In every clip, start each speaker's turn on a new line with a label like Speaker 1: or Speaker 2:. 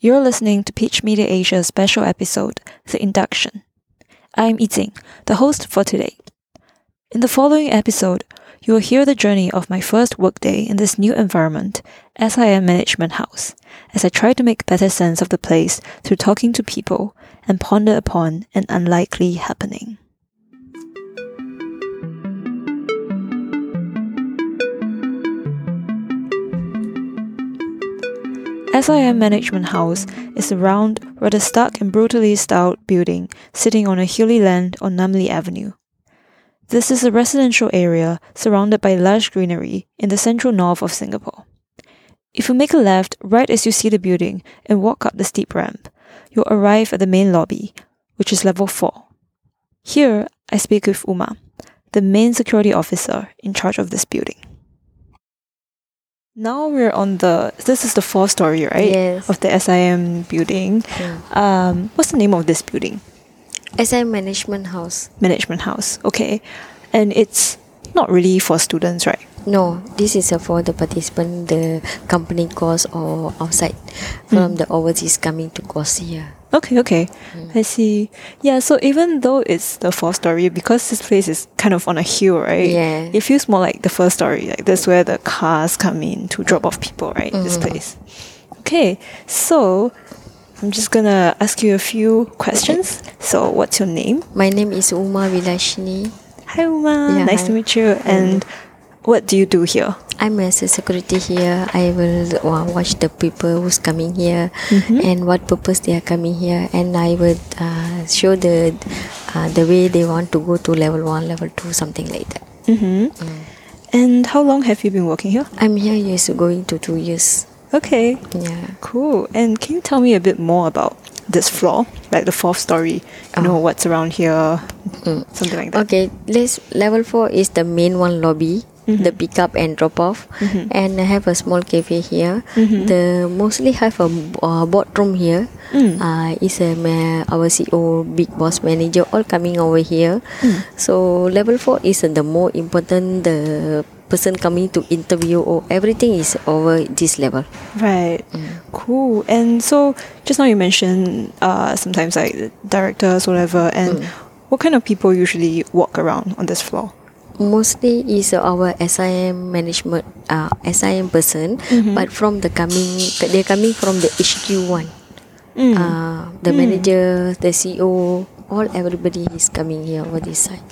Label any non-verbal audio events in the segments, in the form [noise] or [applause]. Speaker 1: You're listening to Pitch Media Asia special episode, The Induction. I'm Yiting, the host for today. In the following episode, you will hear the journey of my first workday in this new environment, SIM Management House, as I try to make better sense of the place through talking to people and ponder upon an unlikely happening. SIM Management House is a round, rather stark and brutally styled building sitting on a hilly land on Namli Avenue. This is a residential area surrounded by lush greenery in the central north of Singapore. If you make a left right as you see the building and walk up the steep ramp, you'll arrive at the main lobby, which is level 4. Here, I speak with Uma, the main security officer in charge of this building. Now we're on the, this is the fourth story, right?
Speaker 2: Yes.
Speaker 1: Of the SIM building. Um, what's the name of this building?
Speaker 2: SIM Management House.
Speaker 1: Management House. Okay. And it's not really for students, right?
Speaker 2: No, this is uh, for the participant, the company course or outside from the overseas coming to course here.
Speaker 1: Okay, okay.
Speaker 2: Mm.
Speaker 1: I see. Yeah, so even though it's the fourth story, because this place is kind of on a hill, right?
Speaker 2: Yeah.
Speaker 1: It feels more like the first story. Like that's where the cars come in to drop off people, right?
Speaker 2: Mm.
Speaker 1: This place. Okay, so I'm just gonna ask you a few questions. So, what's your name?
Speaker 2: My name is Uma Vilashini.
Speaker 1: Hi, Uma.
Speaker 2: Yeah,
Speaker 1: nice
Speaker 2: hi.
Speaker 1: to meet you. And what do you do here?
Speaker 2: I'm as a security here. I will uh, watch the people who's coming here and what purpose they are coming here, and I will uh, show the uh, the way they want to go to level one, level two, something like that.
Speaker 1: Mm-hmm.
Speaker 2: Mm.
Speaker 1: And how long have you been working here?
Speaker 2: I'm here years going to two years.
Speaker 1: Okay.
Speaker 2: Yeah.
Speaker 1: Cool. And can you tell me a bit more about this floor, like the fourth story? You know what's around here, something like that.
Speaker 2: Oh. Mm. Okay, let's level four is the main one lobby,
Speaker 1: Mm-hmm.
Speaker 2: the pick up and drop off, and I have a small cafe here.
Speaker 1: Mm-hmm.
Speaker 2: The mostly have a uh, boardroom here.
Speaker 1: Mm-hmm. Mm.
Speaker 2: Uh, is a ma- our CEO, big boss manager, all coming over here.
Speaker 1: Mm.
Speaker 2: So level four is the more important. The person coming to interview or everything is over this level.
Speaker 1: Right.
Speaker 2: mm.
Speaker 1: Cool. And so just now you mentioned uh, sometimes like the directors, whatever, and
Speaker 2: Mm.
Speaker 1: what kind of people usually walk around on this floor?
Speaker 2: mostly is our SIM management uh, SIM person
Speaker 1: Mm-hmm.
Speaker 2: but from the coming they're coming from the HQ one
Speaker 1: Mm-hmm. Mm.
Speaker 2: uh, the manager the CEO all everybody is coming here over this side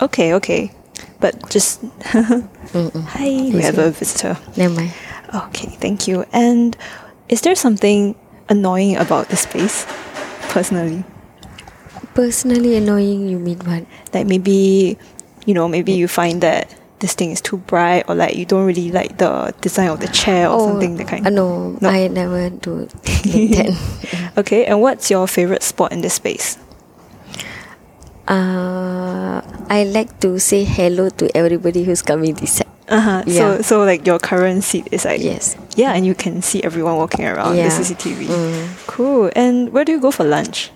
Speaker 1: Okay, okay. But just [laughs] hi, we have a visitor.
Speaker 2: never mind
Speaker 1: Okay, thank you. And is there something annoying about this space, personally?
Speaker 2: personally annoying you mean what
Speaker 1: like maybe you know maybe you find that this thing is too bright or like you don't really like the design of the chair or something that kind
Speaker 2: uh, no,
Speaker 1: No. [laughs]
Speaker 2: I never do like that
Speaker 1: okay and what's your favorite spot in this space
Speaker 2: uh, I like to say hello to everybody who's coming this side
Speaker 1: uh-huh so
Speaker 2: Yeah.
Speaker 1: so like your current seat is like
Speaker 2: yes
Speaker 1: yeah and you can see everyone walking around
Speaker 2: Yeah. Mm.
Speaker 1: the cctv cool and where do you go for lunch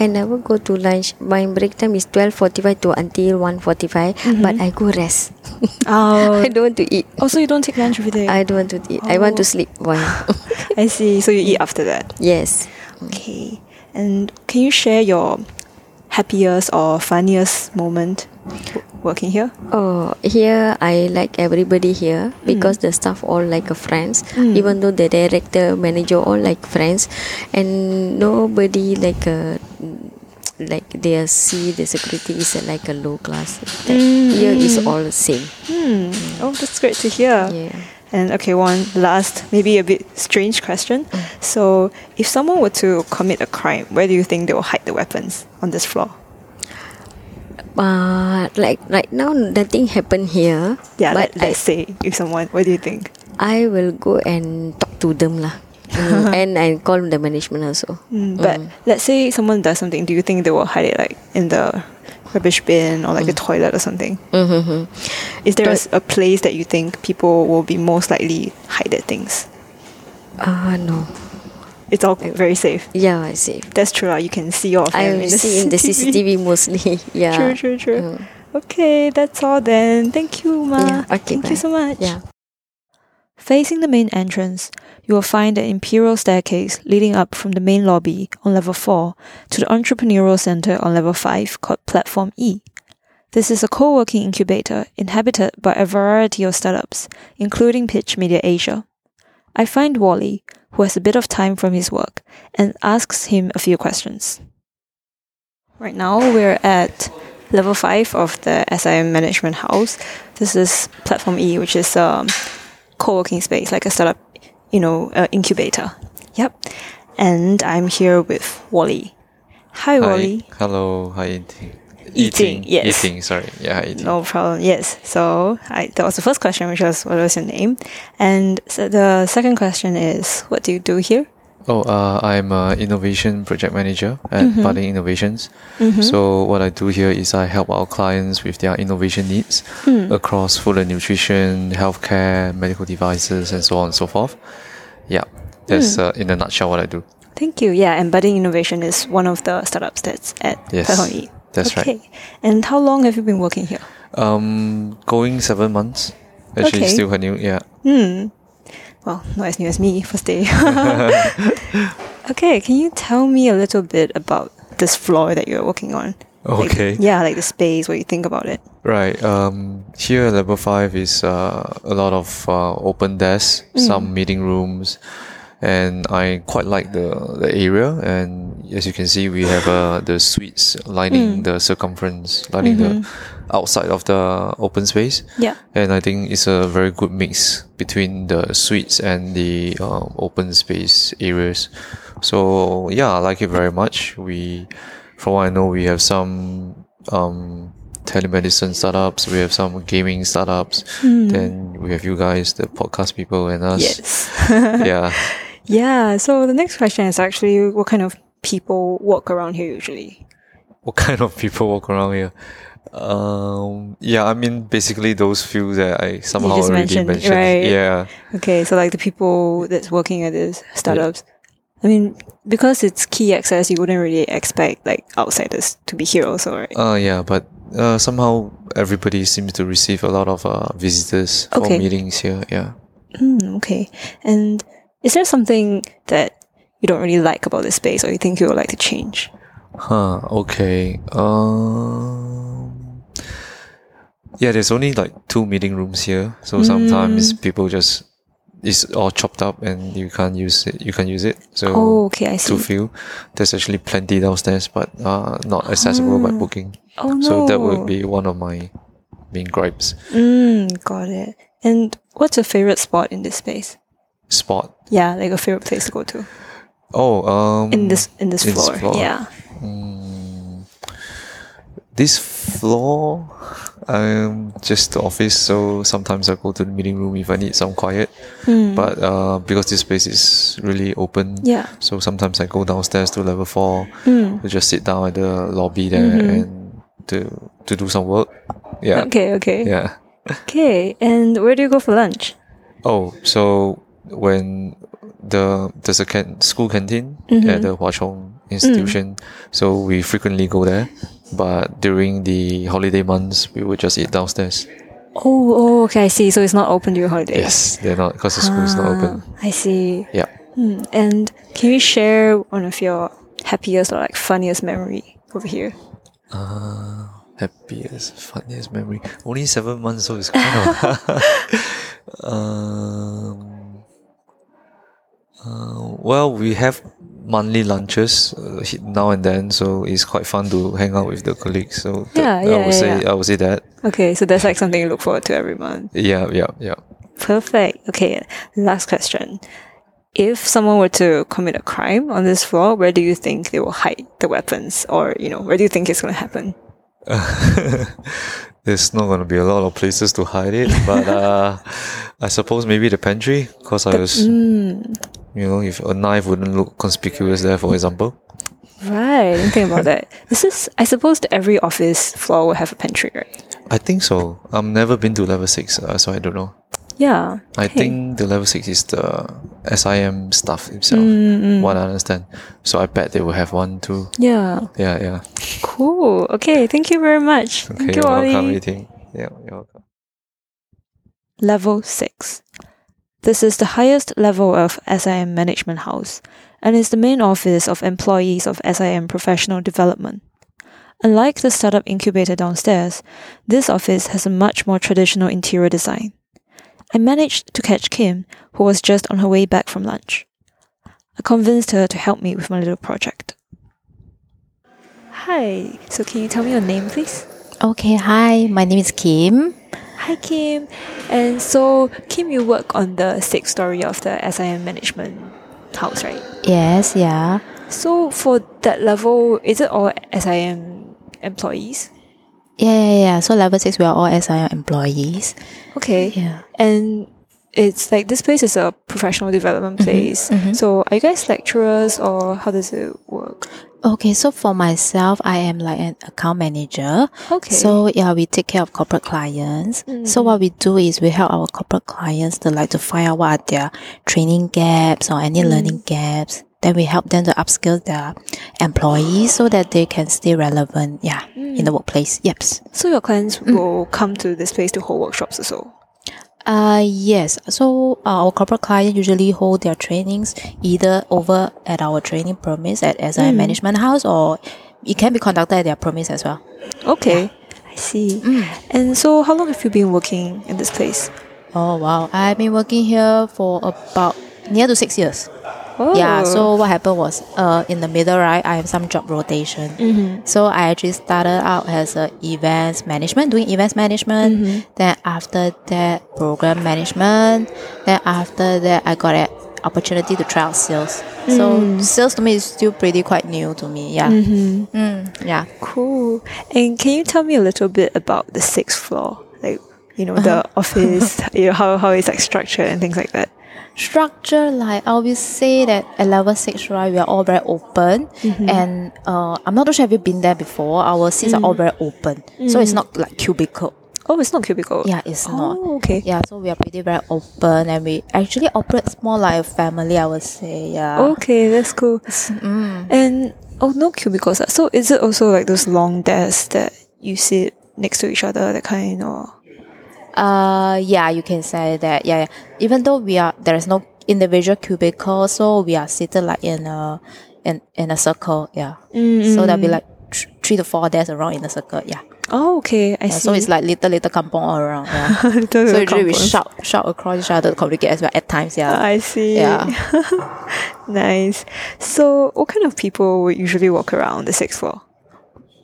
Speaker 2: I never go to lunch. My break time is twelve forty five to until one but I go rest.
Speaker 1: Mm-hmm. [laughs] oh
Speaker 2: [laughs] I don't want to eat.
Speaker 1: also you don't take lunch every day
Speaker 2: I don't want to eat. I want to sleep. Why?
Speaker 1: Oh. [laughs] I see so you eat after that
Speaker 2: yes.
Speaker 1: okay and can you share your happiest or funniest moment w- working here
Speaker 2: Oh, here I like everybody here
Speaker 1: Mm.
Speaker 2: because the staff all like a friends. Even though the director, manager all like friends, and nobody like a like they are see the security is uh, like a low class. That
Speaker 1: Mm.
Speaker 2: Here is all same.
Speaker 1: Hmm. Oh, that's great to hear.
Speaker 2: Mm. Yeah.
Speaker 1: And okay, one last, maybe a bit strange question.
Speaker 2: Mm.
Speaker 1: So, if someone were to commit a crime, where do you think they will hide the weapons on this floor?
Speaker 2: Uh, like right now nothing happened here.
Speaker 1: Yeah,
Speaker 2: but
Speaker 1: let, let's say if someone, what do you think?
Speaker 2: I, I will go and talk to them
Speaker 3: [laughs]
Speaker 2: lah. Mm, and I call the management also.
Speaker 1: Hmm, But
Speaker 2: Mm.
Speaker 1: let's say someone does something, do you think they will hide it like in the rubbish bin or like the
Speaker 2: Mm.
Speaker 1: toilet or something?
Speaker 2: Mm-hmm.
Speaker 1: Is there a s- a place that you think people will be most likely hide their things?
Speaker 2: Ah no.
Speaker 1: It's all very safe.
Speaker 2: Yeah, I see.
Speaker 1: That's true. lah, You can see all of them
Speaker 2: I
Speaker 1: in
Speaker 2: will see
Speaker 3: [laughs]
Speaker 2: in the CCTV mostly. [laughs] Yeah.
Speaker 1: True, true, true.
Speaker 2: Mm.
Speaker 1: Okay, that's all then. Thank you, Ma.
Speaker 3: Uh,
Speaker 2: Yeah, okay,
Speaker 1: Thank you
Speaker 2: bye.
Speaker 1: so much.
Speaker 2: Yeah.
Speaker 1: Facing the main entrance, you will find an imperial staircase leading up from the main lobby on level 4 to the entrepreneurial center on level 5 called Platform E. This is a co working incubator inhabited by a variety of startups, including Pitch Media Asia. I find Wally, who has a bit of time from his work, and asks him a few questions. Right now, we're at level 5 of the SIM Management House. This is Platform E, which is a co working space, like a startup, you know, uh, incubator. Yep. And I'm here with Wally. Hi, Wally.
Speaker 4: Hello. Hi. Eating.
Speaker 1: Eating, yes.
Speaker 4: Eating. Sorry. Yeah. hi, Eating.
Speaker 1: No problem. Yes. So I, that was the first question, which was what was your name, and so the second question is what do you do here?
Speaker 4: Oh. Uh, I'm a innovation project manager at
Speaker 1: Mhm.
Speaker 4: Budding Innovations.
Speaker 1: Mm-hmm.
Speaker 4: So what I do here is I help our clients with their innovation needs
Speaker 1: Mm.
Speaker 4: across food and nutrition, healthcare, medical devices, and so on and so forth. Yeah. That's
Speaker 1: Mm.
Speaker 4: uh, in a nutshell what I do.
Speaker 1: Thank you. Yeah, and Budding Innovation is one of the startups that's at
Speaker 4: Yes,
Speaker 1: Platform E.
Speaker 4: that's
Speaker 1: Okay.
Speaker 4: right.
Speaker 1: And how long have you been working here?
Speaker 4: Um, going seven months. Actually,
Speaker 1: Okay.
Speaker 4: still quite new. Yeah.
Speaker 1: Hmm. Well, not as new as me, first day. [laughs] okay, can you tell me a little bit about this floor that you're working on? Like-
Speaker 4: Okay.
Speaker 1: yeah, like the space, what you think about it.
Speaker 4: Right. Um, here at level five is uh, a lot of uh, open desks, some meeting rooms, and I quite like the, the area. And as you can see, we have uh, the suites lining the circumference, lining
Speaker 1: Mm-hmm.
Speaker 4: the outside of the open space.
Speaker 1: Yeah.
Speaker 4: And I think it's a very good mix between the suites and the um, open space areas. So yeah, I like it very much. We, from what I know, we have some um, telemedicine startups. We have some gaming startups. Then we have you guys, the podcast people, and us.
Speaker 1: Hmm. Yes. [laughs]
Speaker 4: yeah.
Speaker 1: yeah, so the next question is actually what kind of people walk around here usually?
Speaker 4: What kind of people walk around here? Um, yeah, I mean, basically those few that I somehow
Speaker 1: just
Speaker 4: already
Speaker 1: mentioned,
Speaker 4: mentioned.
Speaker 1: right?
Speaker 4: Yeah.
Speaker 1: Okay, so like the people that's working at these startups. I mean, because it's key access, you wouldn't really expect like outsiders to be here also, right?
Speaker 4: Uh, yeah, but uh, somehow everybody seems to receive a lot of uh, visitors
Speaker 1: Okay.
Speaker 4: for meetings here. Yeah.
Speaker 1: Mm, okay. And is there something that you don't really like about this space or you think you would like to change?
Speaker 4: Huh. Okay. Um. Yeah, there's only like two meeting rooms here,
Speaker 1: Hmm.
Speaker 4: so sometimes people just it's all chopped up and you can't use it. You can't use it. So
Speaker 1: Oh, okay, I see.
Speaker 4: to feel there's actually plenty downstairs, but uh, not accessible by booking.
Speaker 1: Oh, no.
Speaker 4: So that would be one of my main gripes.
Speaker 1: Mm, got it. And what's your favorite spot in this space?
Speaker 4: Spot.
Speaker 1: Yeah, like a favorite place to go to
Speaker 4: Oh. Um.
Speaker 1: in this in this
Speaker 4: In this
Speaker 1: floor.
Speaker 4: floor.
Speaker 1: Yeah.
Speaker 4: this floor um just the office so sometimes i go to the meeting room if i need some quiet but uh because this space is really open
Speaker 1: Hmm. Yeah. Hmm.
Speaker 4: so sometimes i go downstairs to level four to just sit down at the lobby there
Speaker 1: Mm-hmm.
Speaker 4: and to to do some work yeah
Speaker 1: Okay. Okay.
Speaker 4: yeah
Speaker 1: Okay. And where do you go for lunch?
Speaker 4: oh so when the there's a can, school canteen
Speaker 1: Mm-hmm.
Speaker 4: at the Hua Chong institution
Speaker 1: Hmm.
Speaker 4: so we frequently go there but during the holiday months we would just eat downstairs
Speaker 1: Oh. Oh. Okay. I see. So it's not open during holidays.
Speaker 4: Yes, they're not because the school's not open.
Speaker 1: Ah, I see.
Speaker 4: Yeah.
Speaker 1: Hmm. And can you share one of your happiest or like funniest memory over here?
Speaker 4: Ah, Happiest, funniest memory. Only seven months, so it's kind [laughs] of. um, uh, well, we have monthly lunches uh, he- now and then, so it's quite fun to hang out with the colleagues. So that-
Speaker 1: Yeah, yeah,
Speaker 4: I would
Speaker 1: yeah,
Speaker 4: say
Speaker 1: yeah.
Speaker 4: I would say that.
Speaker 1: Okay, so that's like something you look forward to every month.
Speaker 4: Yeah, yeah, yeah.
Speaker 1: Perfect. Okay, last question. If someone were to commit a crime on this floor, where do you think they will hide the weapons? Or, you know, where do you think it's going to happen?
Speaker 4: There's not going to be a lot of places to hide it, but uh, [laughs] I suppose maybe the pantry, because I was,
Speaker 1: Hmm,
Speaker 4: you know, if a knife wouldn't look conspicuous there, for example.
Speaker 1: Right, I didn't think about that. [laughs] This is, I suppose, that every office floor will have a pantry, right?
Speaker 4: I think so. I've never been to level six, uh, so I don't know.
Speaker 1: Yeah.
Speaker 4: I
Speaker 1: okay.
Speaker 4: think the level six is the SIM stuff
Speaker 1: Mm,
Speaker 4: itself. What I understand. So I bet they will have one too.
Speaker 1: Yeah.
Speaker 4: Yeah, yeah.
Speaker 1: Cool. Okay. Thank you very much.
Speaker 4: Okay,
Speaker 1: thank you,
Speaker 4: you're welcome,
Speaker 1: Ollie.
Speaker 4: Yi Ting. Yeah, you're welcome.
Speaker 1: Level six. This is the highest level of SIM Management House and is the main office of employees of SIM Professional Development. Unlike the startup incubator downstairs, this office has a much more traditional interior design. I managed to catch Kim, who was just on her way back from lunch. I convinced her to help me with my little project. Hi, so can you tell me your name, please?
Speaker 3: Okay, hi, my name is Kim.
Speaker 1: Hi, Kim. And so, Kim, you work on the sixth story of the SIM management house, right?
Speaker 3: Yes, yeah.
Speaker 1: So, for that level, is it all SIM employees?
Speaker 3: Yeah, yeah, yeah. So, level six, we are all SIM employees.
Speaker 1: Okay.
Speaker 3: Yeah.
Speaker 1: And it's like this place is a professional development place.
Speaker 3: mhm.
Speaker 1: So, are you guys lecturers or how does it work?
Speaker 3: Okay, so for myself, I am like an account manager.
Speaker 1: Okay. Mm.
Speaker 3: So yeah, we take care of corporate clients. So what we do is we help our corporate clients to like to find out what are their training gaps or
Speaker 1: Mm.
Speaker 3: any learning gaps. Then we help them to upskill their employees so that they can stay relevant. Yeah, in
Speaker 1: Mm.
Speaker 3: the workplace. Yep.
Speaker 1: so, your clients will come to this place to hold workshops also.
Speaker 3: Uh yes. So uh, our corporate client usually hold their trainings either over at our training premise at SI Management House or it can be conducted at their premise as well.
Speaker 1: Okay. I see. And so, how long have you been working in this place?
Speaker 3: Oh wow! I've been working here for about near to six years.
Speaker 1: Oh.
Speaker 3: Yeah. So what happened was, uh, in the middle, right, I have some job rotation. So I actually started out as a events management, doing events management. Then after that, program management. Then after that, I got an opportunity to try out sales. So sales to me is still pretty quite new to me. Yeah. Mm, yeah.
Speaker 1: Cool. And can you tell me a little bit about the sixth floor? Like, you know, the
Speaker 3: Uh-huh. [laughs]
Speaker 1: office, you know, how, how it's like structured and things like that.
Speaker 3: structure like I will say that at level six right we are all very open and uh, I'm not too sure have you been there before our seats are all very open so it's not like cubicle
Speaker 1: Oh, it's not cubicle.
Speaker 3: yeah it's not
Speaker 1: Oh, okay.
Speaker 3: yeah so we are pretty very open and we actually operate more like a family I would say yeah
Speaker 1: Okay, that's cool.
Speaker 3: mm.
Speaker 1: And, oh, no cubicles. ah. So is it also like those long desks that you sit next to each other, that kind, or?
Speaker 3: Uh, yeah, you can say that. Yeah, yeah. Even though we are there is no individual cubicle, so we are seated like in a in in a circle. Yeah. So there'll be like th- three to four desks around in a circle. Yeah.
Speaker 1: Oh, okay. I
Speaker 3: yeah
Speaker 1: see.
Speaker 3: so it's like little little kampong all around.
Speaker 1: [laughs]
Speaker 3: Yeah.
Speaker 1: Little,
Speaker 3: so
Speaker 1: little
Speaker 3: usually we
Speaker 1: compounds.
Speaker 3: shout shout across each other to communicate as well at times. Yeah.
Speaker 1: [laughs] I see.
Speaker 3: Yeah.
Speaker 1: [laughs] nice. So, what kind of people would usually walk around the sixth floor?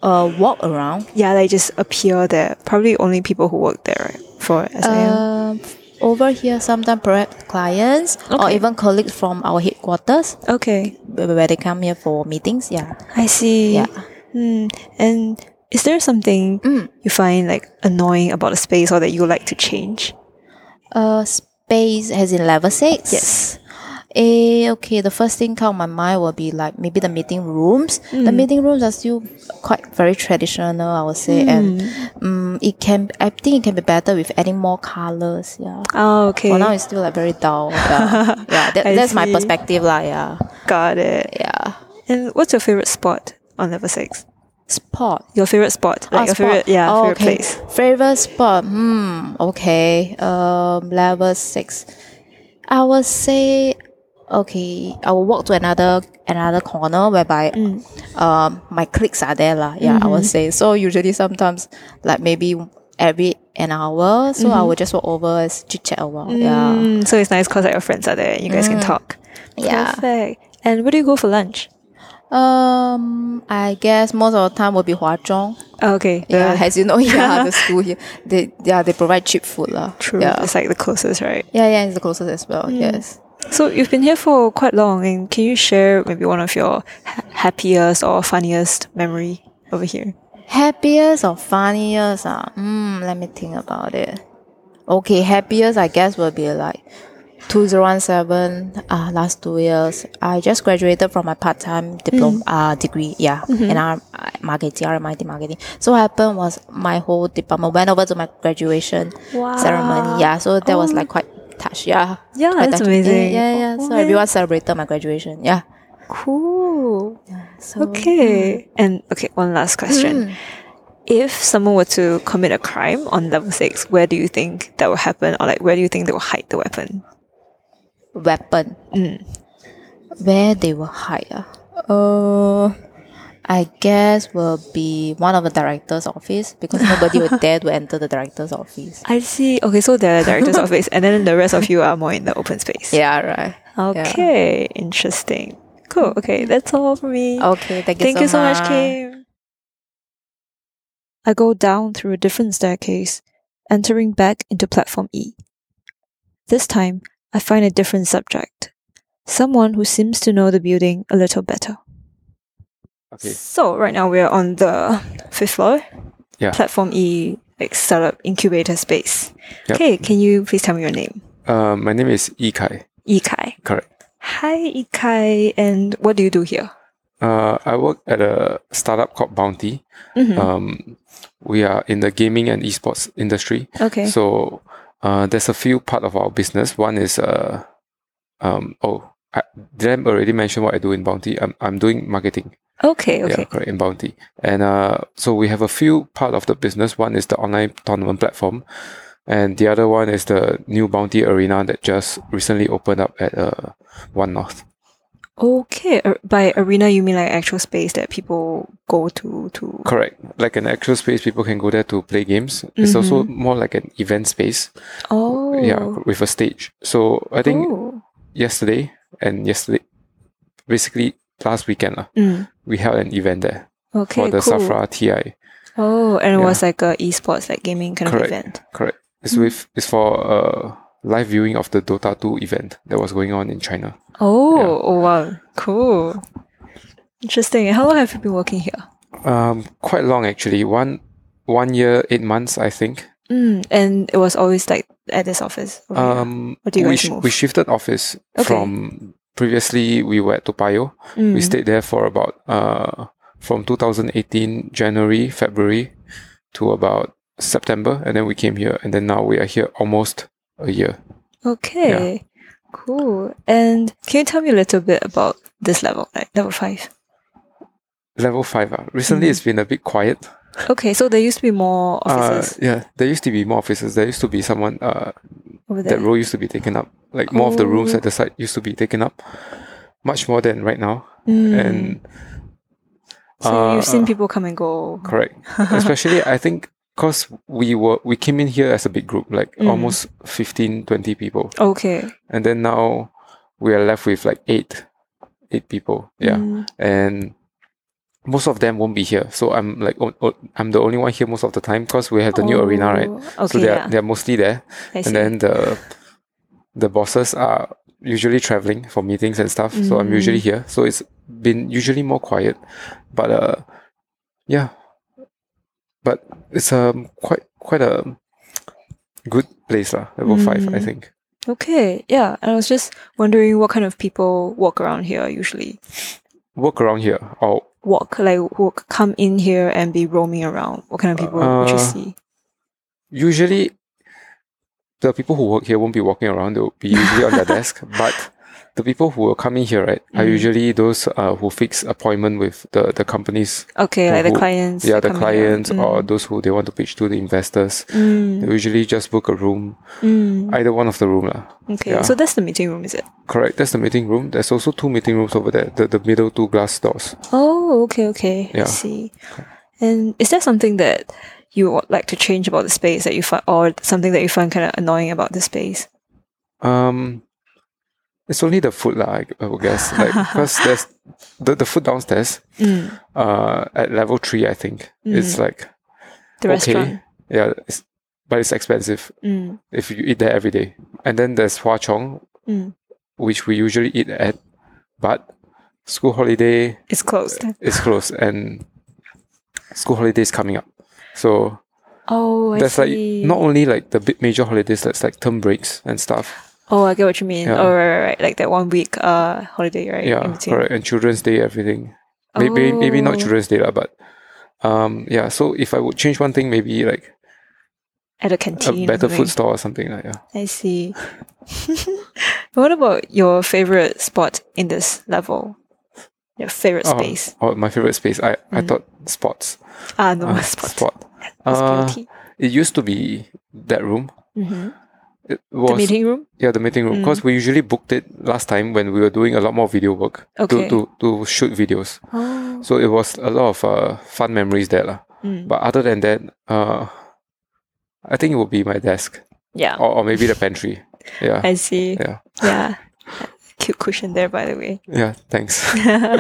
Speaker 3: Uh, walk around.
Speaker 1: Yeah, they just appear there. Probably only people who work there, right? For SIM.
Speaker 3: Um, over here sometimes perhaps clients or
Speaker 1: Okay.
Speaker 3: even colleagues from our headquarters
Speaker 1: okay,
Speaker 3: where where they come here for meetings. Yeah.
Speaker 1: I see.
Speaker 3: Yeah.
Speaker 1: Hmm. And is there something you find like annoying about a space or that you would like to change?
Speaker 3: Uh, space as in level six.
Speaker 1: Yes.
Speaker 3: Eh, okay. The first thing come my mind will be like maybe the meeting rooms. The
Speaker 1: Mm.
Speaker 3: meeting rooms are still quite very traditional, I would say, and
Speaker 1: Mm.
Speaker 3: um, it can. I think it can be better with adding more colors. Yeah.
Speaker 1: Oh, okay.
Speaker 3: For now, it's still like very
Speaker 1: [laughs]
Speaker 3: dull. Yeah, yeah that,
Speaker 1: I
Speaker 3: that's my
Speaker 1: see.
Speaker 3: perspective, lah. Yeah,
Speaker 1: Got it.
Speaker 3: yeah.
Speaker 1: And what's your favorite spot on level six?
Speaker 3: Spot.
Speaker 1: Your favorite spot, like
Speaker 3: Oh,
Speaker 1: your
Speaker 3: spot.
Speaker 1: favorite, yeah,
Speaker 3: Oh,
Speaker 1: favorite
Speaker 3: okay.
Speaker 1: place.
Speaker 3: Favorite spot. Hmm. Okay. Um. Level six. I would say. Okay. I will walk to another another corner whereby,
Speaker 1: Mm.
Speaker 3: um, my clicks are there lah. Yeah, I would
Speaker 1: Mm-hmm.
Speaker 3: say. So usually sometimes like maybe every an hour, so I will just walk over and chit chat a while. Yeah.
Speaker 1: Mm-hmm. Mm, so it's nice because like your friends are there and you guys can talk.
Speaker 3: Yeah.
Speaker 1: Perfect. And where do you go for lunch?
Speaker 3: Um. I guess most of the time will be Hua Zhong.
Speaker 1: Oh, okay.
Speaker 3: Yeah,
Speaker 1: the-
Speaker 3: as you know, [laughs]
Speaker 1: [laughs]
Speaker 3: yeah, the school here, they yeah they provide cheap food lah.
Speaker 1: True.
Speaker 3: Yeah.
Speaker 1: It's like the closest, right?
Speaker 3: Yeah, yeah, it's the closest as well.
Speaker 1: Mm.
Speaker 3: Yes.
Speaker 1: So you've been here for quite long, and can you share maybe one of your ha- happiest or funniest memory over here?
Speaker 3: Happiest or funniest? Ah, mm, let me think about it. Okay, happiest I guess will be like 2017. Ah, last two years, I just graduated from my part-time diploma
Speaker 1: Mm.
Speaker 3: uh, degree. Yeah,
Speaker 1: Mm-hmm.
Speaker 3: in our uh, marketing, RMIT marketing. So what happened was my whole department went over to my graduation ceremony. Yeah, so that was like quite touch. Yeah,
Speaker 1: Oh. Yeah,
Speaker 3: quite
Speaker 1: that's
Speaker 3: touching. Yeah,
Speaker 1: amazing.
Speaker 3: Yeah, yeah. So
Speaker 1: Wow.
Speaker 3: everyone celebrated my graduation. Yeah.
Speaker 1: Cool. Mm-hmm.
Speaker 3: So,
Speaker 1: Okay. And okay, one last question. If someone were to commit a crime on level six, where do you think that will happen, or like where do you think they will hide the weapon?
Speaker 3: weapon. Where they will hide. ah? Uh, I guess will be one of the director's office because [laughs] nobody would dare to enter the director's office.
Speaker 1: I see. Okay, so the director's office, and then the rest of you are more in the open space. [laughs]
Speaker 3: Yeah, right.
Speaker 1: Okay, interesting. Cool. Okay, that's all for me.
Speaker 3: Okay, thank you
Speaker 1: Thank
Speaker 3: so
Speaker 1: you so much, Kim. I go down through a different staircase, entering back into platform E. This time, I find a different subject. Someone who seems to know the building a little better.
Speaker 4: Okay.
Speaker 1: So, right now we're on the fifth floor.
Speaker 4: Yeah.
Speaker 1: Platform E, like startup incubator space.
Speaker 4: Yep.
Speaker 1: Okay, can you please tell me your name?
Speaker 4: Uh, my name is Ikai.
Speaker 1: Ikai.
Speaker 4: Correct.
Speaker 1: Hi, Ikai, and what do you do here?
Speaker 5: Uh, I work at a startup called Bounty.
Speaker 1: Mhm.
Speaker 5: Um, we are in the gaming and esports industry.
Speaker 1: Okay.
Speaker 5: So uh, there's a few part of our business. One is uh, um, oh, I, did I already mention what I do in Bounty? I'm, I'm doing marketing.
Speaker 1: okay, okay.
Speaker 5: Yeah, correct in Bounty. And uh, so we have a few part of the business. One is the online tournament platform, and the other one is the new Bounty Arena that just recently opened up at uh, One North.
Speaker 1: Okay, ar- by arena you mean like actual space that people go to to.
Speaker 5: Correct. Like an actual space, people can go there to play games. It's also
Speaker 1: Mm-hmm.
Speaker 5: more like an event space.
Speaker 1: Oh.
Speaker 5: Yeah, with a stage. So I think
Speaker 1: Oh.
Speaker 5: yesterday and yesterday, basically last weekend, lah,
Speaker 1: Mm.
Speaker 5: we held an event there
Speaker 1: Okay.
Speaker 5: for the
Speaker 1: cool.
Speaker 5: Safra TI.
Speaker 1: Oh, and it
Speaker 5: Yeah.
Speaker 1: was like a esports like gaming kind of
Speaker 5: Correct.
Speaker 1: event.
Speaker 5: Correct. It's
Speaker 1: Mm-hmm.
Speaker 5: with it's for uh live viewing of the Dota 2 event that was going on in China.
Speaker 1: Oh,
Speaker 5: Yeah.
Speaker 1: oh wow, cool. Interesting. And How long have you been working here?
Speaker 5: Um, quite long actually. One one year, eight months, I think.
Speaker 1: Mm. And it was always like at this office. over here?
Speaker 5: Um,
Speaker 1: Or do you
Speaker 5: we,
Speaker 1: guys move?
Speaker 5: we shifted office
Speaker 1: Okay.
Speaker 5: from previously we were at Topayo. We
Speaker 1: Mm.
Speaker 5: stayed there for about uh, from 2018 January February to about September, and then we came here, and then now we are here almost a year.
Speaker 1: Okay. Cool. And can you tell me a little bit about this level, like level five?
Speaker 5: Level five. Uh.
Speaker 1: Mm-hmm.
Speaker 5: Recently, it's been a bit quiet.
Speaker 1: Okay, so there used to be more offices
Speaker 5: Uh, yeah, there used to be more offices. There used to be someone. Uh,
Speaker 1: over there.
Speaker 5: that role used to be taken up. Like more of the rooms
Speaker 1: Oh.
Speaker 5: at the site used to be taken up, much more than right now.
Speaker 1: Mm.
Speaker 5: And
Speaker 1: So
Speaker 5: Uh,
Speaker 1: you've seen
Speaker 5: uh,
Speaker 1: people come and go. [laughs]
Speaker 5: Correct. Especially, I think, because we were we came in here as a big group, like
Speaker 1: Mm.
Speaker 5: almost 15, 20 people,
Speaker 1: Okay.
Speaker 5: and then now we are left with like eight, eight people. Yeah,
Speaker 1: Mm.
Speaker 5: and most of them won't be here, so I'm like o- o- I'm the only one here most of the time because we have the new arena, right?
Speaker 1: Oh, Okay.
Speaker 5: so they're
Speaker 1: yeah.
Speaker 5: they're mostly there,
Speaker 1: I see.
Speaker 5: and then the the bosses are usually traveling for meetings and stuff so i'm usually
Speaker 1: Mm-hmm.
Speaker 5: here so it's been usually more quiet but uh yeah but it's um quite quite a good place lah, level five i
Speaker 1: Mm.
Speaker 5: think
Speaker 1: okay. Yeah. I was just wondering what kind of people walk around here usually.
Speaker 5: walk around here or
Speaker 1: Walk like walk, come in here and be roaming around. What kind of people would you
Speaker 5: Uh,
Speaker 1: see?
Speaker 5: usually the people who work here won't be walking around they'll be usually on
Speaker 1: [laughs]
Speaker 5: their desk but the people who will come in here right are
Speaker 1: Mm.
Speaker 5: usually those uh, who fix appointment with the the companies
Speaker 1: Okay, like the
Speaker 5: who-
Speaker 1: clients.
Speaker 5: yeah
Speaker 1: that
Speaker 5: the
Speaker 1: come here.
Speaker 5: clients or
Speaker 1: Mm.
Speaker 5: those who they want to pitch to the investors
Speaker 1: Mm.
Speaker 5: They usually just book a room,
Speaker 1: Mm.
Speaker 5: either one of the room lah.
Speaker 1: Okay,
Speaker 5: yeah.
Speaker 1: so that's the meeting room, is it?
Speaker 5: Correct. That's the meeting room. There's also two meeting rooms over there. The, the middle two glass doors.
Speaker 1: Oh, okay, okay. I
Speaker 5: Yeah.
Speaker 1: see. And is there something that you would like to change about the space that you find, or something that you find kind of annoying about the space?
Speaker 5: Um, it's only the food lah. I, I would guess. Like
Speaker 1: [laughs]
Speaker 5: because there's the, the food downstairs.
Speaker 1: Mm,
Speaker 5: Uh, at level three, I think it's like
Speaker 1: the restaurant.
Speaker 5: okay. Yeah, it's, but it's expensive
Speaker 1: Mm,
Speaker 5: if you eat there every day. And then there's Hua Chong,
Speaker 1: mm.
Speaker 5: which we usually eat at, but school holiday
Speaker 1: It's closed.
Speaker 5: is closed and school holiday is coming up. So
Speaker 1: Oh, I
Speaker 5: That's
Speaker 1: see.
Speaker 5: like not only like the big major holidays, that's like term breaks and stuff.
Speaker 1: oh, I get what you mean.
Speaker 5: Yeah.
Speaker 1: Oh, right, right, right. Like that one week uh holiday, right? in
Speaker 5: Yeah,
Speaker 1: between.
Speaker 5: correct. And Children's Day, everything. Maybe maybe
Speaker 1: Oh.
Speaker 5: not Children's Day, lah, but um yeah. So if I would change one thing, maybe like
Speaker 1: At a
Speaker 5: a
Speaker 1: canteen. or
Speaker 5: uh, better food
Speaker 1: something.
Speaker 5: store or something like yeah.
Speaker 1: I see. [laughs] what about your favorite spot in this level? Your favorite
Speaker 5: Oh,
Speaker 1: space?
Speaker 5: Oh, my favorite space. I I thought spots.
Speaker 1: Ah, no,
Speaker 5: Uh,
Speaker 1: Mm. [laughs] spot.
Speaker 5: spot.
Speaker 1: It's
Speaker 5: Uh,
Speaker 1: beauty.
Speaker 5: it used to be that room.
Speaker 1: Mhm.
Speaker 5: It
Speaker 1: The
Speaker 5: was
Speaker 1: meeting Mm. room?
Speaker 5: yeah the meeting room because we usually booked it last time when we were doing a lot more video work
Speaker 1: Okay.
Speaker 5: to, to to shoot videos.
Speaker 1: Oh.
Speaker 5: So it was a lot of uh, fun memories there, lah.
Speaker 1: Mm.
Speaker 5: But other than that, uh, I think it would be my desk
Speaker 1: Yeah.
Speaker 5: or, or maybe the pantry. Yeah,
Speaker 1: [laughs] I see.
Speaker 5: yeah,
Speaker 1: Yeah. Cute cushion there, by the way.
Speaker 5: yeah.
Speaker 1: [laughs]
Speaker 5: Thanks.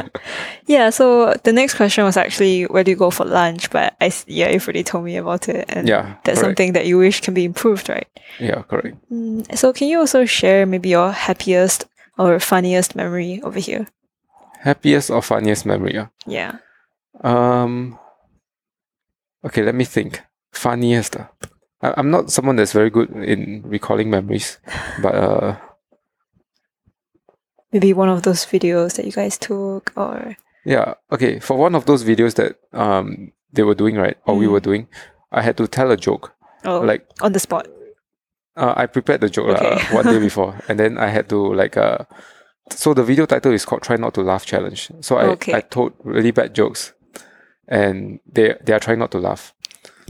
Speaker 5: [laughs]
Speaker 1: yeah, so the next question was actually where do you go for lunch? But I, s- yeah, you've already told me about it. And
Speaker 5: Yeah,
Speaker 1: that's
Speaker 5: correct.
Speaker 1: something that you wish can be improved, right?
Speaker 5: yeah, correct.
Speaker 1: Mm, so can you also share maybe your happiest or funniest memory over here?
Speaker 5: Happiest or funniest memory? ah?
Speaker 1: Yeah.
Speaker 5: Um. Okay, let me think. Funniest. ah. I, I'm not someone that's very good in recalling
Speaker 1: [laughs]
Speaker 5: memories, but uh,
Speaker 1: Maybe one of those videos that you guys took or
Speaker 5: yeah. Okay, for one of those videos that um they were doing right or we
Speaker 1: Mm.
Speaker 5: were doing, I had to tell a joke.
Speaker 1: oh,
Speaker 5: Like
Speaker 1: on the spot.
Speaker 5: uh, I prepared the joke
Speaker 1: Okay.
Speaker 5: like,
Speaker 1: [laughs]
Speaker 5: uh, [laughs] one day before, and then I had to like uh, so the video title is called "Try Not to Laugh Challenge." So I
Speaker 1: Okay.
Speaker 5: I told really bad jokes, and they they are trying not to laugh.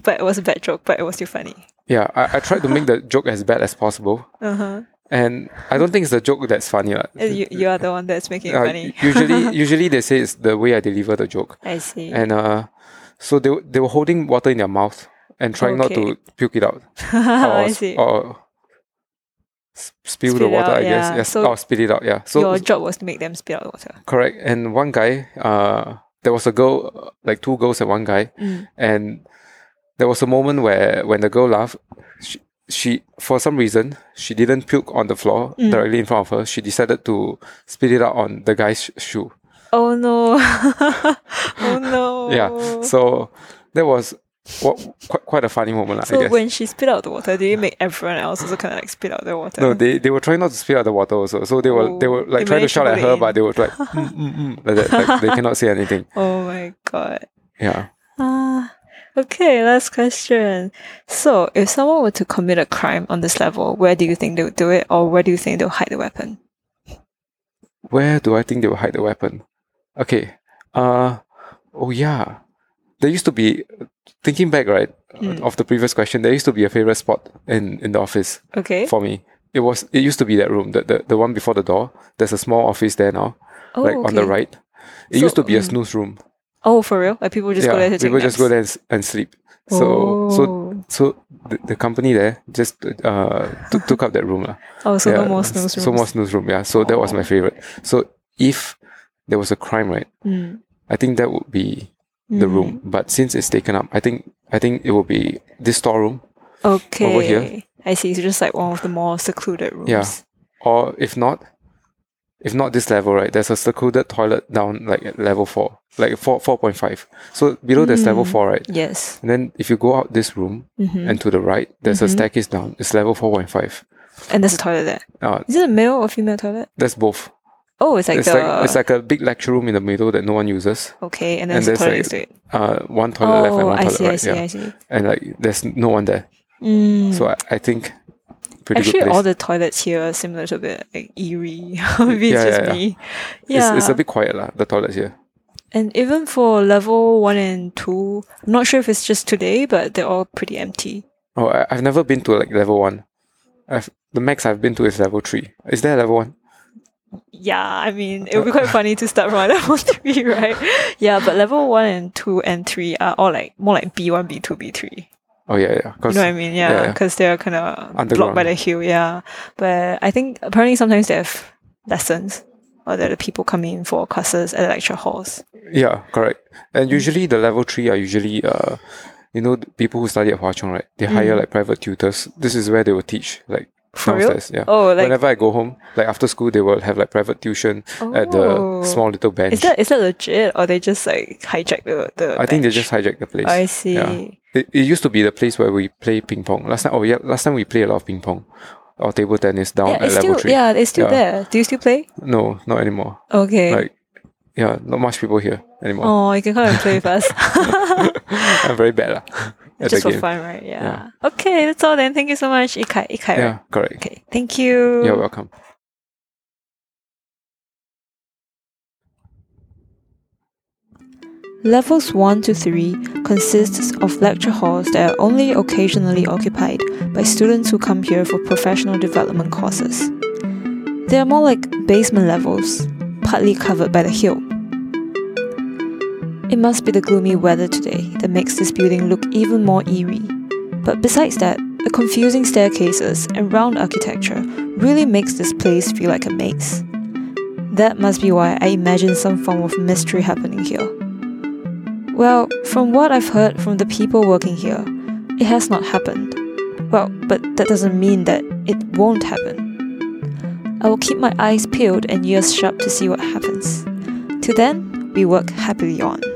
Speaker 1: But it was a bad joke, but it was still funny.
Speaker 5: Yeah, I, I tried to make the joke as bad as possible,
Speaker 1: Uh-huh.
Speaker 5: and I don't think it's the joke that's funny. lah.
Speaker 1: And you, you are the one that's making it
Speaker 5: Uh,
Speaker 1: funny.
Speaker 5: usually, usually they say it's the way I deliver the joke,
Speaker 1: [laughs] I see.
Speaker 5: and uh, so they were- they were holding water in their mouth and trying
Speaker 1: Okay.
Speaker 5: not to puke it out or,
Speaker 1: [laughs] [laughs] I
Speaker 5: s-
Speaker 1: see.
Speaker 5: or s- spill
Speaker 1: Spit
Speaker 5: the
Speaker 1: it
Speaker 5: water.
Speaker 1: out,
Speaker 5: I guess
Speaker 1: yeah.
Speaker 5: yes,
Speaker 1: So-
Speaker 5: or spit it out. Yeah. So
Speaker 1: Your job was to make them spit out water.
Speaker 5: Correct. And one guy, uh, there was a girl, uh, like two girls and one guy,
Speaker 1: Mm.
Speaker 5: and there was a moment where when the girl laughed, she, she for some reason she didn't puke on the floor
Speaker 1: Mm.
Speaker 5: directly in front of her. She decided to spit it out on the guy's sh- shoe.
Speaker 1: Oh no. [laughs] oh no.
Speaker 5: Yeah. So that was what, quite quite a funny moment, lah, I
Speaker 1: So
Speaker 5: guess.
Speaker 1: when she spit out the water, did it make everyone else also kind of like spit out the water?
Speaker 5: no, they, they were trying not to spit out the water also. So they were they were
Speaker 1: Oh,
Speaker 5: like
Speaker 1: they
Speaker 5: trying to
Speaker 1: managed to
Speaker 5: shout at
Speaker 1: put it
Speaker 5: her,
Speaker 1: in.
Speaker 5: but they were like, [laughs] mm, mm, mm, like, that, like they cannot say anything.
Speaker 1: oh my god.
Speaker 5: Yeah.
Speaker 1: Ah. Okay, last question. So, if someone were to commit a crime on this level, where do you think they would do it, or where do you think they'll hide the weapon?
Speaker 5: where do I think they will hide the weapon? Okay. Uh oh yeah. There used to be thinking back, right,
Speaker 1: Mm.
Speaker 5: of the previous question, there used to be a favorite spot in, in the office
Speaker 1: Okay.
Speaker 5: for me. It was it used to be that room, the, the, the one before the door. There's a small office there now.
Speaker 1: oh,
Speaker 5: like on the
Speaker 1: okay.
Speaker 5: right. It
Speaker 1: So,
Speaker 5: used to be a
Speaker 1: mm,
Speaker 5: snooze room.
Speaker 1: Oh, for real? Like people just go there to take
Speaker 5: people just go
Speaker 1: naps?
Speaker 5: there and, s- and sleep. So so
Speaker 1: oh.
Speaker 5: so the, the company there just uh t- took up that room. lah.
Speaker 1: Oh, so
Speaker 5: Yeah,
Speaker 1: no more
Speaker 5: s-
Speaker 1: snooze rooms.
Speaker 5: So more snooze room, yeah. So that was
Speaker 1: Oh.
Speaker 5: my favorite. So if there was a crime, right?
Speaker 1: Mm.
Speaker 5: I think that would be the
Speaker 1: Mm.
Speaker 5: room. But since it's taken up, I think I think it will be this storeroom,
Speaker 1: Okay.
Speaker 5: here.
Speaker 1: I see. So just like one of the more secluded rooms.
Speaker 5: Yeah. or if not, if not this level, right? There's a secluded toilet down like at level four, like four four point five. So below there's level
Speaker 1: Mm.
Speaker 5: four, right?
Speaker 1: Yes.
Speaker 5: And then if you go out this room
Speaker 1: Mm-hmm. And,
Speaker 5: and to the right, there's a
Speaker 1: Mhm.
Speaker 5: staircase down. It's level four point five.
Speaker 1: there's a toilet there.
Speaker 5: Uh,
Speaker 1: Is it a male or female toilet?
Speaker 5: that's both.
Speaker 1: Oh, it's like
Speaker 5: it's
Speaker 1: the
Speaker 5: like it's like a big lecture room in the middle that no one uses.
Speaker 1: okay, and then
Speaker 5: and
Speaker 1: there's a
Speaker 5: there's
Speaker 1: toilet
Speaker 5: like-
Speaker 1: next to it.
Speaker 5: Uh, one toilet left and
Speaker 1: Oh,
Speaker 5: one
Speaker 1: I
Speaker 5: toilet
Speaker 1: see,
Speaker 5: right.
Speaker 1: I see,
Speaker 5: yeah,
Speaker 1: I see.
Speaker 5: and like there's no one there.
Speaker 1: Mm.
Speaker 5: So I, I think pretty
Speaker 1: Actually,
Speaker 5: good place.
Speaker 1: all the toilets here are similar to a bit like eerie. [laughs] Maybe it's
Speaker 5: Yeah,
Speaker 1: just
Speaker 5: yeah, yeah.
Speaker 1: me.
Speaker 5: It's-
Speaker 1: Yeah,
Speaker 5: it's, a bit quiet lah. The toilets here.
Speaker 1: and even for level one and two, I'm not sure if it's just today, but they're all pretty empty.
Speaker 5: Oh, I, I've never been to like level one. I've the max I've been to is level three. Is there a level one?
Speaker 1: Yeah, I mean, it would be quite funny to start from [laughs] level three, right? Yeah, but level one and two and three are all like more like B one, B two, B three.
Speaker 5: Oh yeah, yeah.
Speaker 1: You
Speaker 5: Cause
Speaker 1: know what I mean?
Speaker 5: yeah,
Speaker 1: Yeah,
Speaker 5: yeah.
Speaker 1: because they're kind of blocked
Speaker 5: Underground.
Speaker 1: by the hill. Yeah, but I think apparently sometimes they have lessons or that the people come in for classes at the lecture halls.
Speaker 5: yeah, correct. And
Speaker 1: Hmm.
Speaker 5: usually the level three are usually uh, you know, the people who study at Hwa Chong, right? They hire like private tutors. This is where they will teach like
Speaker 1: Hmm. For real?
Speaker 5: downstairs. Yeah.
Speaker 1: Oh, like
Speaker 5: Whenever I go home, like after school, they will have like private tuition at
Speaker 1: Oh.
Speaker 5: the small little bench.
Speaker 1: is that is that legit or they just like hijack the the?
Speaker 5: I think they
Speaker 1: bench?
Speaker 5: just hijacked the place.
Speaker 1: I see.
Speaker 5: Yeah. It, it used to be the place where we play ping pong. Last time, oh yeah, last time we play a lot of ping pong or table tennis down
Speaker 1: Yeah,
Speaker 5: at
Speaker 1: it's
Speaker 5: level
Speaker 1: still
Speaker 5: three.
Speaker 1: yeah, it's still
Speaker 5: Yeah.
Speaker 1: there. Do you still play?
Speaker 5: No, not anymore.
Speaker 1: Okay.
Speaker 5: Like, yeah, not much people here anymore.
Speaker 1: oh, you can come and play with
Speaker 5: [laughs]
Speaker 1: us. [laughs]
Speaker 5: I'm very bad lah. [laughs] at the
Speaker 1: just for
Speaker 5: game.
Speaker 1: fun, right? Yeah. Okay, that's all then. Thank you so much, Ikai. Ikai.
Speaker 5: Yeah,
Speaker 1: Right?
Speaker 5: correct.
Speaker 1: Okay. Thank you.
Speaker 5: You're welcome.
Speaker 1: Levels 1 to 3 consists of lecture halls that are only occasionally occupied by students who come here for professional development courses. They are more like basement levels, partly covered by the hill. It must be the gloomy weather today that makes this building look even more eerie. But besides that, the confusing staircases and round architecture really makes this place feel like a maze. That must be why I imagine some form of mystery happening here. Well, from what I've heard from the people working here, it has not happened. Well, but that doesn't mean that it won't happen. I will keep my eyes peeled and ears sharp to see what happens. Till then, we work happily on.